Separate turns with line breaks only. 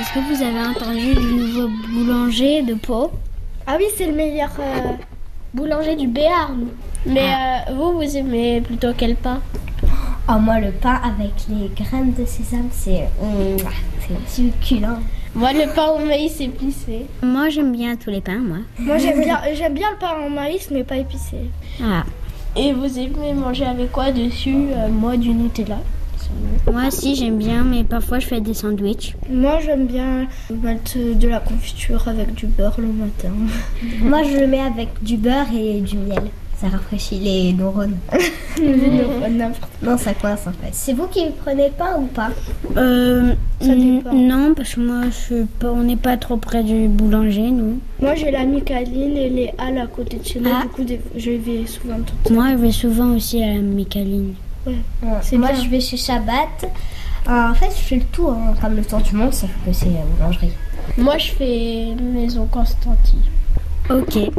Est-ce que vous avez entendu du nouveau boulanger de Pau
Ah oui, c'est le meilleur euh, boulanger du Béarn. Mais euh, vous, vous aimez plutôt quel pain
Oh, moi, le pain avec les graines de sésame, c'est mm, c'est succulent.
Moi, le pain au maïs épicé.
Moi, j'aime bien tous les pains, moi.
Moi, j'aime bien, j'aime bien le pain en maïs, mais pas épicé.
Ah.
Et vous aimez manger avec quoi dessus euh, Moi, du Nutella.
Moi aussi, j'aime bien, mais parfois, je fais des sandwichs.
Moi, j'aime bien mettre de la confiture avec du beurre le matin.
moi, je le mets avec du beurre et du miel. Ça rafraîchit les neurones. Non, ça coince en fait. C'est vous qui prenez le pain ou pas
Euh,
Ça
n-
dépend.
non, parce que moi, je suis pas- on n'est pas trop près du boulanger, nous.
Moi, j'ai la Micaline et les Halles à côté de chez
Ah.
moi. Du coup, des- je vais souvent tout.
Moi, je vais souvent aussi à la Micaline.
C'est
Moi,
bien.
je vais chez Shabbat. Euh, en fait, je fais le tour, hein, comme le tour du monde, sauf que c'est la boulangerie.
Moi, je fais maison Constantine.
Ok.